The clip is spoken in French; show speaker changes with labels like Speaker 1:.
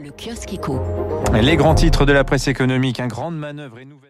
Speaker 1: Le kiosque éco.
Speaker 2: Les grands titres de la presse économique, un grande manœuvre et nouvelle.